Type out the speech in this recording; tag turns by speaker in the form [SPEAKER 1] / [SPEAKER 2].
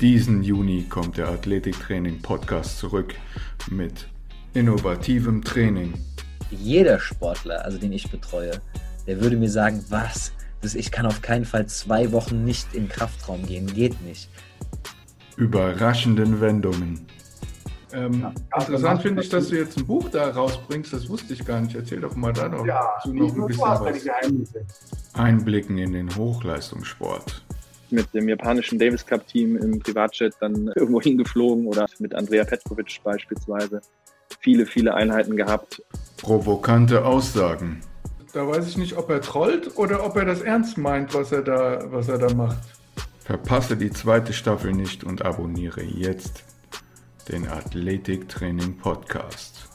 [SPEAKER 1] Diesen Juni kommt der Athletiktraining Podcast zurück mit innovativem Training.
[SPEAKER 2] Jeder Sportler, also den ich betreue, der würde mir sagen, was? Das- Ich kann auf keinen Fall zwei Wochen nicht in den Kraftraum gehen, geht nicht.
[SPEAKER 1] Überraschenden Wendungen. Ähm,
[SPEAKER 3] Ja. also
[SPEAKER 1] interessant finde ich, dass du jetzt ein Buch da rausbringst, das wusste ich gar nicht. Erzähl doch mal da noch,
[SPEAKER 3] Ja,
[SPEAKER 1] zu noch
[SPEAKER 3] nicht
[SPEAKER 1] ein
[SPEAKER 3] nur
[SPEAKER 1] bisschen
[SPEAKER 3] du hast deine
[SPEAKER 1] was.
[SPEAKER 3] Geheimnisse.
[SPEAKER 1] Einblicken in den Hochleistungssport.
[SPEAKER 4] mit dem japanischen Davis Cup Team im Privatjet dann irgendwo hingeflogen oder mit Andrea Petkovic beispielsweise viele, viele Einheiten gehabt.
[SPEAKER 1] Provokante Aussagen. Da weiß ich nicht, ob er trollt oder ob er das ernst meint, was er da, was er da macht. Verpasse die zweite Staffel nicht und abonniere jetzt den Athletiktraining Podcast.